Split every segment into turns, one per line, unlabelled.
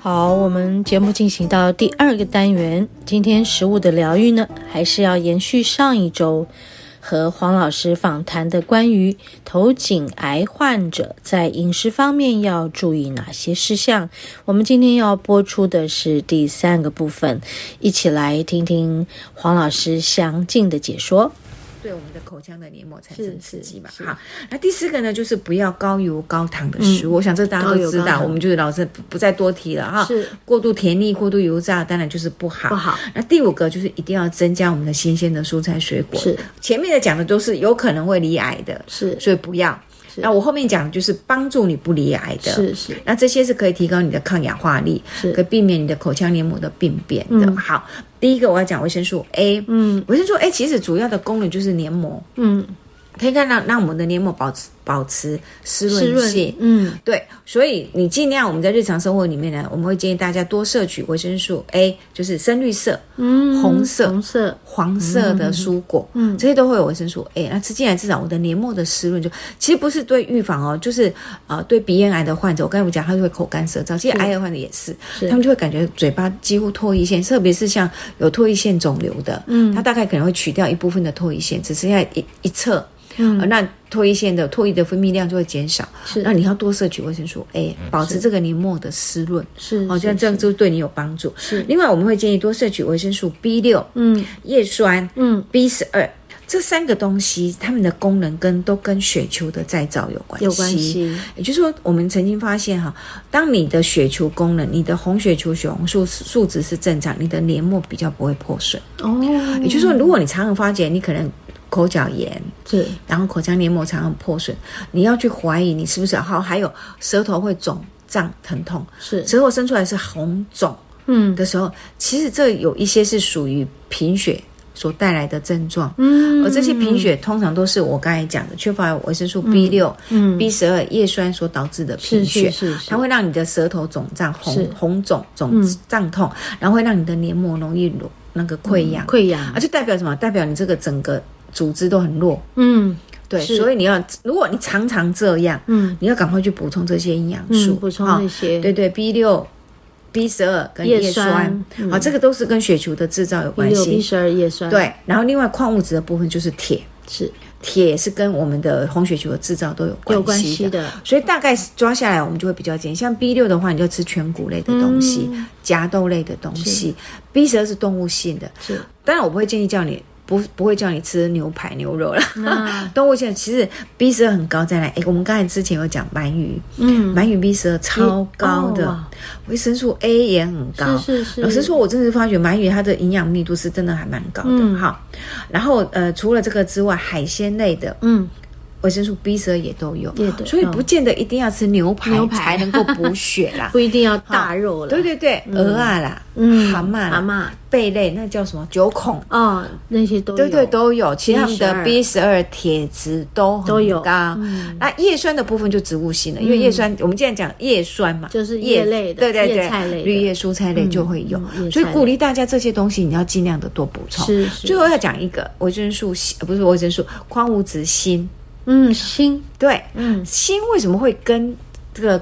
好，我们节目进行到第二个单元，今天食物的疗愈呢，还是要延续上一周和黄老师访谈的关于头颈癌患者在饮食方面要注意哪些事项。我们今天要播出的是第三个部分，一起来听听黄老师详尽的解说。
对我们的口腔的黏膜产
是
生刺激嘛
是。是
好，那第四个呢，就是不要高油高糖的食物。我想这大家
嗯高油
都知
高
道，
糖
我们就是老师不不再多提了哈。
是
过度甜腻、过度油炸，当然就是不好。
不好。
那第五个就是一定要增加我们的新鲜的蔬菜水果。
是
前面的讲的都是有可能会离癌的，
是
所以不要。那我后面讲的就是帮助你不离癌的。。
是
那这些是可以提高你的抗氧化力，
是嗯
可以避免你的口腔黏膜的病变的。好，第一个我要讲维生素 A，嗯，维生素 A 其实主要的功能就是黏膜，
嗯，
可以让让让我们的黏膜保持保持湿
湿
润性
润，。嗯，
对，所以你尽量我们在日常生活里面呢，我们会建议大家多摄取维生素 A，就是深绿色、嗯、红色、
红色
黄色的蔬果，嗯，这些都会有维生素 A。那吃进来至少我的黏膜的湿润就，其实不是对预防哦，就是呃对鼻咽癌的患者，我刚才我讲他就会口干舌燥，其实癌的患者也是，他们就会感觉嘴巴几乎唾液腺，特别是像有唾液腺肿瘤的，嗯，他大概可能会取掉一部分的唾液腺，只剩下一一侧。嗯、那唾液腺的唾液的分泌量就会减少，
是
那你要多摄取维生素 A，保持这个黏膜的湿润，
是
哦，这样这样就对你有帮助。
是
另外我们会建议多摄取维生素 B 六，
嗯
叶酸，
嗯，
B 十二这三个东西，它们的功能跟都跟血球的再造有关系。
有关系，
也就是说，我们曾经发现哈，当你的血球功能，你的红血球血红素数值是正常，你的黏膜比较不会破损。
哦，
也就是说，如果你常常发觉你可能口角炎，
是
然后口腔黏膜常常破损，你要去怀疑你是不是好，还有舌头会肿胀疼痛，
是
舌头伸出来是红肿，
嗯
的时候，其实这有一些是属于贫血所带来的症状，
嗯，
而这些贫血通常都是我刚才讲的缺乏维生素 B 六、
嗯
B 十二、叶酸所导致的贫
是
血
是。是是，
它会让你的舌头肿胀、红
是嗯
红肿、肿胀痛，然后会让你的黏膜容易裸那个溃疡，
嗯溃疡
啊，，就代表什么？代表你这个整个组织都很弱。
嗯
对，
是
所以你要，如果你常常这样，
嗯
你要赶快去补充这些营养素，
嗯，补充
哈
那些
对对，B 六、B 十二跟
叶
叶酸，
酸
啊、
嗯
这个都是跟血球的制造有
B
关
六 B
系。
十二叶酸，，
对，然后另外矿物质的部分就是铁，
是
铁也是跟我们的红血球的制造都有
有关
系
系
的。
的，
所以大概抓下来，我们就会比较简单。像 B 六的话，你就吃全谷类的东西、
嗯
夹豆类的东西。B 十二是动物性的，
是
当然我不会建议叫你不不会叫你吃牛排牛肉了。
那
动物性的其实 B 十二很高，再来，哎，我们刚才之前有讲鳗鱼，
嗯，
鳗鱼 B 十二超高的，
哦
维生素 A 也很高。
哇是是是，
老实说，我真的发觉鳗鱼它的营养密度是真的还蛮高的
嗯
哈、然后呃，除了这个之外，海鲜类的
嗯，
维生素 B 十二也都有，
也都有嗯
所以不见得一定要吃牛排
牛
才
排
能够补血 啦
不。一定要大肉了，
对，对对，鹅啊啦，
嗯，
蛤蟆啦、啊
蛤蟆
贝类，那叫什么九孔？
哦，那些都有
对对，都有，其实他们的 B 十
B12
二铁质都
都有嗯
很高。那叶酸的部分就植物性的，因为叶酸我们现在讲叶酸嘛，
就是叶类的
对对
叶菜类
对，
的
绿叶蔬菜类就会有
嗯嗯叶菜
所
类，
以鼓励大家这些东西你要尽量的多补充。
是是
最后要讲一个维生素锌，呃不是维生素，矿物质锌。
嗯，锌，
对，
嗯
锌为什么会跟这个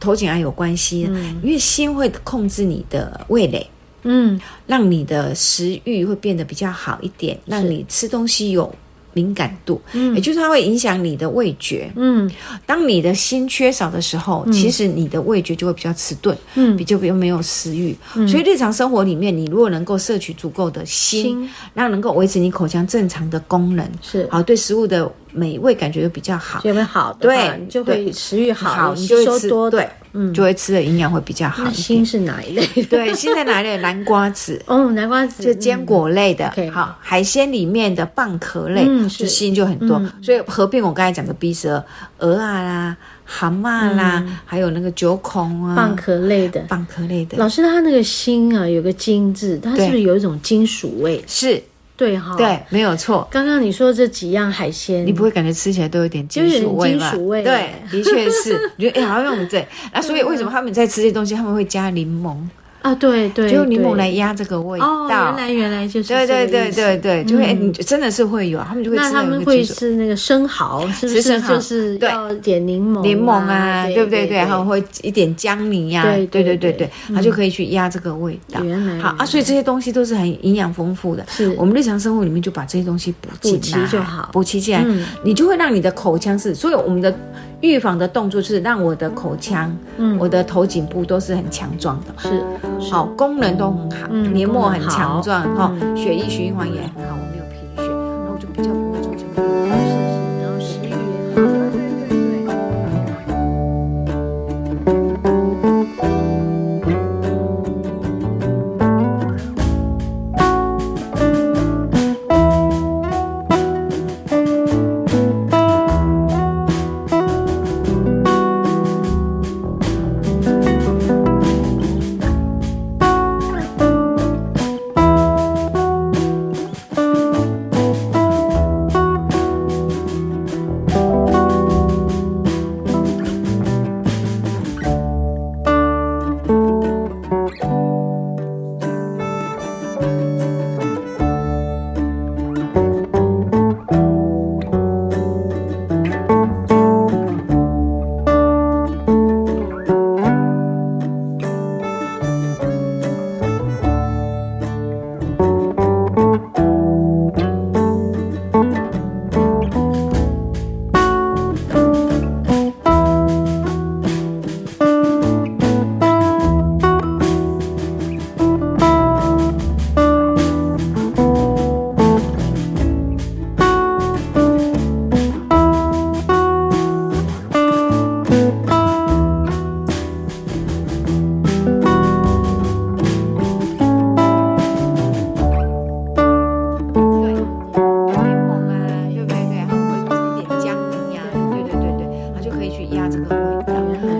头颈癌有关系呢？因为锌会控制你的味蕾。
嗯
让你的食欲会变得比较好一点，让你吃东西有敏感度，也就是它会影响你的味觉。
嗯
当你的心缺少的时候，其实你的味觉就会比较迟钝，
嗯
比较比较没有食欲。所以日常生活里面，你如果能够摄取足够的锌
锌，
让能够维持你口腔正常的功能，
是
好对食物的美味感觉就比较好。
就会好的话，
对，
你就
对
会食欲好，你
你就
吸
会
收
吃
多的嗯
对，嗯，就会吃的营养会比较好
那
一点。
锌是哪一类？
对，现在拿了南瓜子，
哦，南瓜子
就坚果类的，
嗯 OK
好海鲜里面的蚌壳类，
嗯是
就锌就很多，所以合并我刚才讲的 B 十二、鹅啊啦、蛤蟆啦，还有那个九孔啊，
嗯蚌壳类的。
蚌壳类的，
老师，它那个心啊，有个金字，它是不是有一种金属味？
是
对哈，
对，没有错。
刚刚你说这几样海鲜，
你不会感觉吃起来都有点金属味吗？
嗯就有点金属味嗯
对，的确是。你觉得哎，好像对。那所以为什么他们在吃这些东西，他们会加柠檬，
啊，对对，
就用柠檬
对
来压这个味
哦，
道
原？来原来就是
对对
这个
对
意思
对对，就会哎
嗯
你真的是会有，啊他们就会
那
吃
他
到有
们
一个
会
金属。
是那个生蚝，是不
吃
是
生蚝
就是
对
要点柠檬、
柠檬
啊
啊，，对不对？对，
对
然后会一点姜泥呀，
对对
对对
对嗯
对对，它就可以去压这个味道。
原来
好啊，所以这些东西都是很营养丰富的。
是
我们日常生活里面就把这些东西补进来，
补齐就好
补齐进来，
嗯
你就会让你的口腔是，所以我们的预防的动作就是让我的口腔、
嗯
我的头颈部都是很强壮的，
是
好，功能都很好，
嗯
黏膜很强壮，
功能好嗯
哈、血液循环也很好，我没有贫血，然后就比较不会造成。
然后食欲也好。
对，柠檬啊，对不对？对，还有一点姜泥啊，对对对对，它就可以去压这个味道。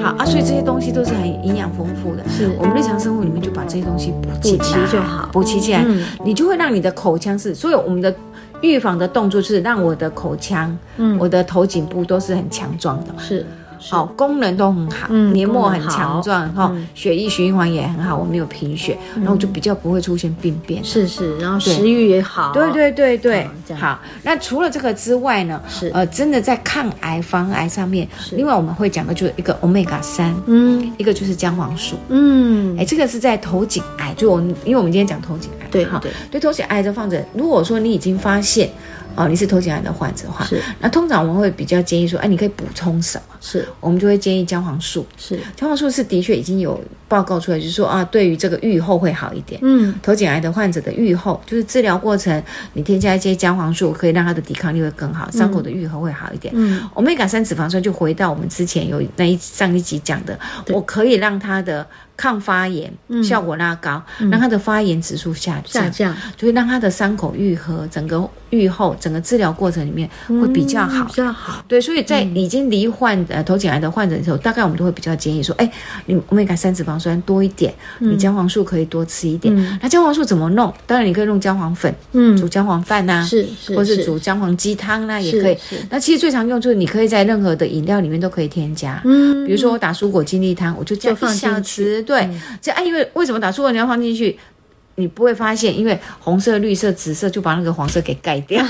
好啊，所以这些东西都是很营养丰富的。
是
我们日常生活里面就把这些东西补进来
补齐就好
补齐进来，
嗯
你就会让你的口腔是，所以我们的预防的动作就是让我的口腔、
嗯
我的头颈部都是很强壮的。
是是
好，功能都很好，
嗯
黏膜
功能嗯
很强壮哈，血液循环也很好，我没有贫血，然后就比较不会出现病变。
是是，然后
对
食欲也好。
对对对对
好这，样
好。那除了这个之外呢
是，
呃，真的在抗癌、防癌上面，另外我们会讲的就是一个 omega 三，
嗯
一个就是姜黄素。
嗯
哎，这个是在头颈癌，就我们因为我们今天讲头颈癌，
对
哈
对
对头颈癌的患者，如果说你已经发现哦你是头颈癌的患者的话
是，
那通常我们会比较建议说，哎，你可以补充什么？
是
我们就会建议姜黄素。
是
姜黄素是的确已经有报告出来，就是说啊，对于这个预后会好一点。
嗯
头颈癌的患者的愈后，就是治疗过程，你添加一些姜黄素，可以让他的抵抗力会更好，伤口的愈合会好一点。
嗯
欧米伽三脂肪酸就回到我们之前有那一上一集讲的，我可以让它的抗发炎效果拉高，让它的发炎指数下降，
嗯下降
就会让它的伤口愈合，整个愈后整个治疗过程里面会比较好。
嗯比较好。
对，所以在
嗯
已经罹患呃头颈癌的患者的时候，大概我们都会比较建议说，哎，你欧米伽三脂肪酸多一点，你姜黄素可以多吃一点。
嗯
那姜黄素怎么弄？当然你可以用姜黄粉，
嗯
煮姜黄饭呐、啊
是是
或是
是
煮姜黄鸡汤啦、
是
也可以
是。
那其实最常用就是你可以在任何的饮料里面都可以添加。
嗯
比如说 我打蔬果精力汤，我就这样
就放
一下
进去嗯
吃，对，这哎，因为为什么打蔬果你要放进去？你不会发现，因为红色、绿色、紫色就把那个黄色给盖掉，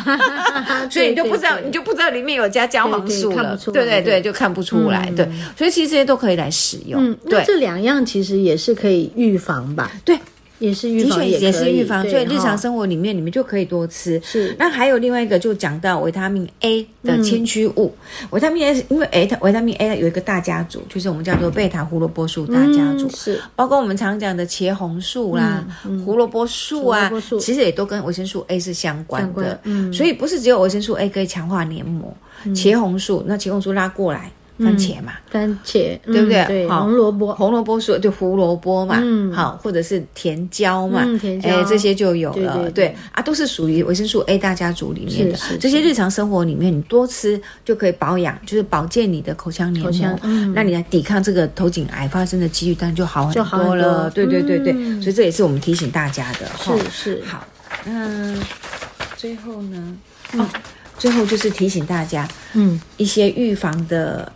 所以你就不知道，
啊对对
你就不知道里面有加姜黄素了，
对
对
对看不
对对，
出来
就看不出来，对，所以其实这些都可以来使用
嗯，，那
对
这两样其实也是可以预防吧？
对，
也是预
的
防，
确也是
可以
预防，所以
对
日常
哈
生活里面你们就可以多吃。
是
那还有另外一个就讲到维他命 A 的
嗯
千屈物，维他命 A 因为 A 它维他命 A 它有一个大家族，就是我们叫做贝塔胡萝卜素大家族
嗯，是
包括我们常讲的茄红素啦、胡萝卜素啊
胡萝卜素，
其实也都跟维生素 A 是相关的。
相关
哎
嗯嗯
所以不是只有维生素 A 可以强化黏膜，茄红素那茄红素拉过来。番茄嘛，
番茄，嗯
对不对？
对，
好
红萝卜，
红萝卜说对胡萝卜嘛，
嗯
好，或者是甜椒嘛，
嗯甜椒
哎，这些就有
对
了，
对对
啊，都是属于维生素 A 大家族里面的
是是
这些
是
日常生活里面，你多吃就可以保养，就是保健你的口腔黏
口腔
膜，
嗯
那你来抵抗这个头颈癌发生的几率，当然就好很
就好很
多了，
多
对对对对，
嗯
所以这也是我们提醒大家的，哈
是是，
哦好，那最后呢？哦，最后就是提醒大家
嗯，
一些预防的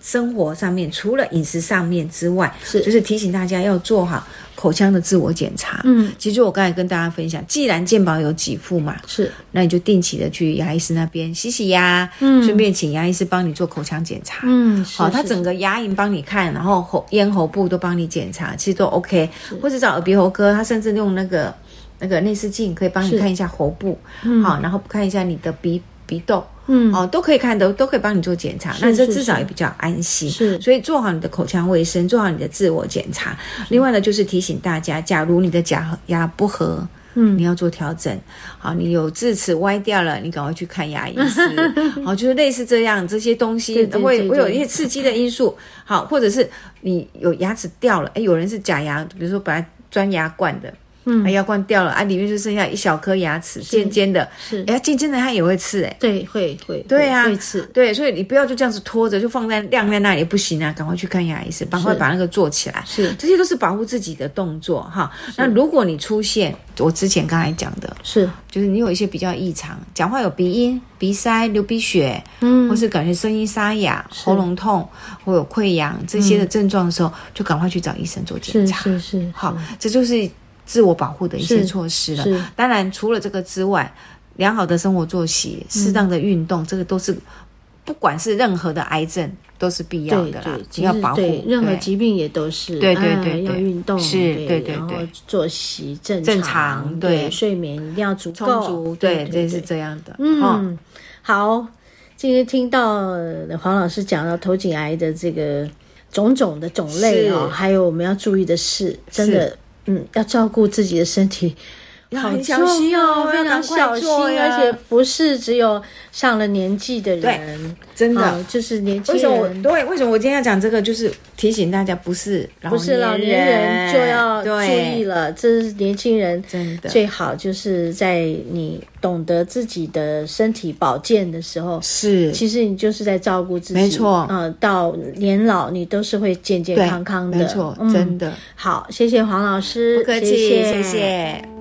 生活上面，除了饮食上面之外，
是
就是提醒大家要做好口腔的自我检查。
嗯，
其实我刚才跟大家分享，既然健保有给付嘛，
是
那你就定期的去牙医师那边洗洗牙，
嗯
顺便请牙医师帮你做口腔检查。
嗯，
好、他
是
整个牙龈帮你看，然后喉咽喉部都帮你检查，其实都 OK，或者找耳鼻喉科，他甚至用那个那个内视镜可以帮你
是
看一下喉部，好、
嗯
然后看一下你的鼻鼻窦。
嗯
哦，都可以看的，都可以帮你做检查，
是
那这
是
至少
是
也比较安心。
是
所以做好你的口腔卫生，做好你的自我检查。另外呢，就是提醒大家，假如你的假牙不合，
嗯
你要做调整。好，你有智齿歪掉了，你赶快去看牙医 师。好，就是类似这样这些东西
对对
会
对
会有
对
一些刺激的因素。好，或者是你有牙齿掉了，哎，有人是假牙，比如说本来钻牙冠的。
嗯
啊牙冠掉了啊，里面就剩下一小颗牙齿，尖尖的，
是，
哎，尖尖的它也会刺哎、
对，会会，
对啊
呀，会吃，
对，所以你不要就这样子拖着，就放在晾在那里不行啊，赶快去看牙医生，赶快把那个做起来。
是
这些都是保护自己的动作哈。那如果你出现我之前刚才讲的，
是，
就是你有一些比较异常，讲话有鼻音、鼻塞、流鼻血，
嗯
或是感觉声音沙哑、喉咙痛或有溃疡这些的症状的时候，就赶快去找医生做检
嗯是
查。
是是，
好，这就是自我保护的一些
是
措施了
是。
当然，除了这个之外，良好的生活作息、
嗯
适当的运动，这个都是不管是任何的癌症都是必要
对
的啦
对，，
你
其
要
实
保护
对任何
对
疾病也都是，
对对
哎
对
要
对
运动，
是对对
然后
对
作息正
正常对
对，睡眠一定要足
充
够，
足，
对
对，这是这样的。哦，
嗯，好，今天听到呃黄老师讲到头颈癌的这个种种的种类哦，
是
还有我们要注意的事，真的，嗯，要照顾自己的身体。
要
好
很小心哦
重要非
要
常
赶
小
快
心，
做呀
而且不是只有上了年纪的人，
真的
哦，就是年轻
为什么我
人，
对？为什么我今天要讲这个？就是提醒大家，不是老
不是老年人就要注
对
意了，这是年轻人
真的
最好就是在你懂得自己的身体保健的时候，
是
其实你就是在照顾自己，
没错
嗯、到年老你都是会健健
对
康康的，
没错，
嗯
真的。
好，谢谢黄老师，
不客气，
谢
谢谢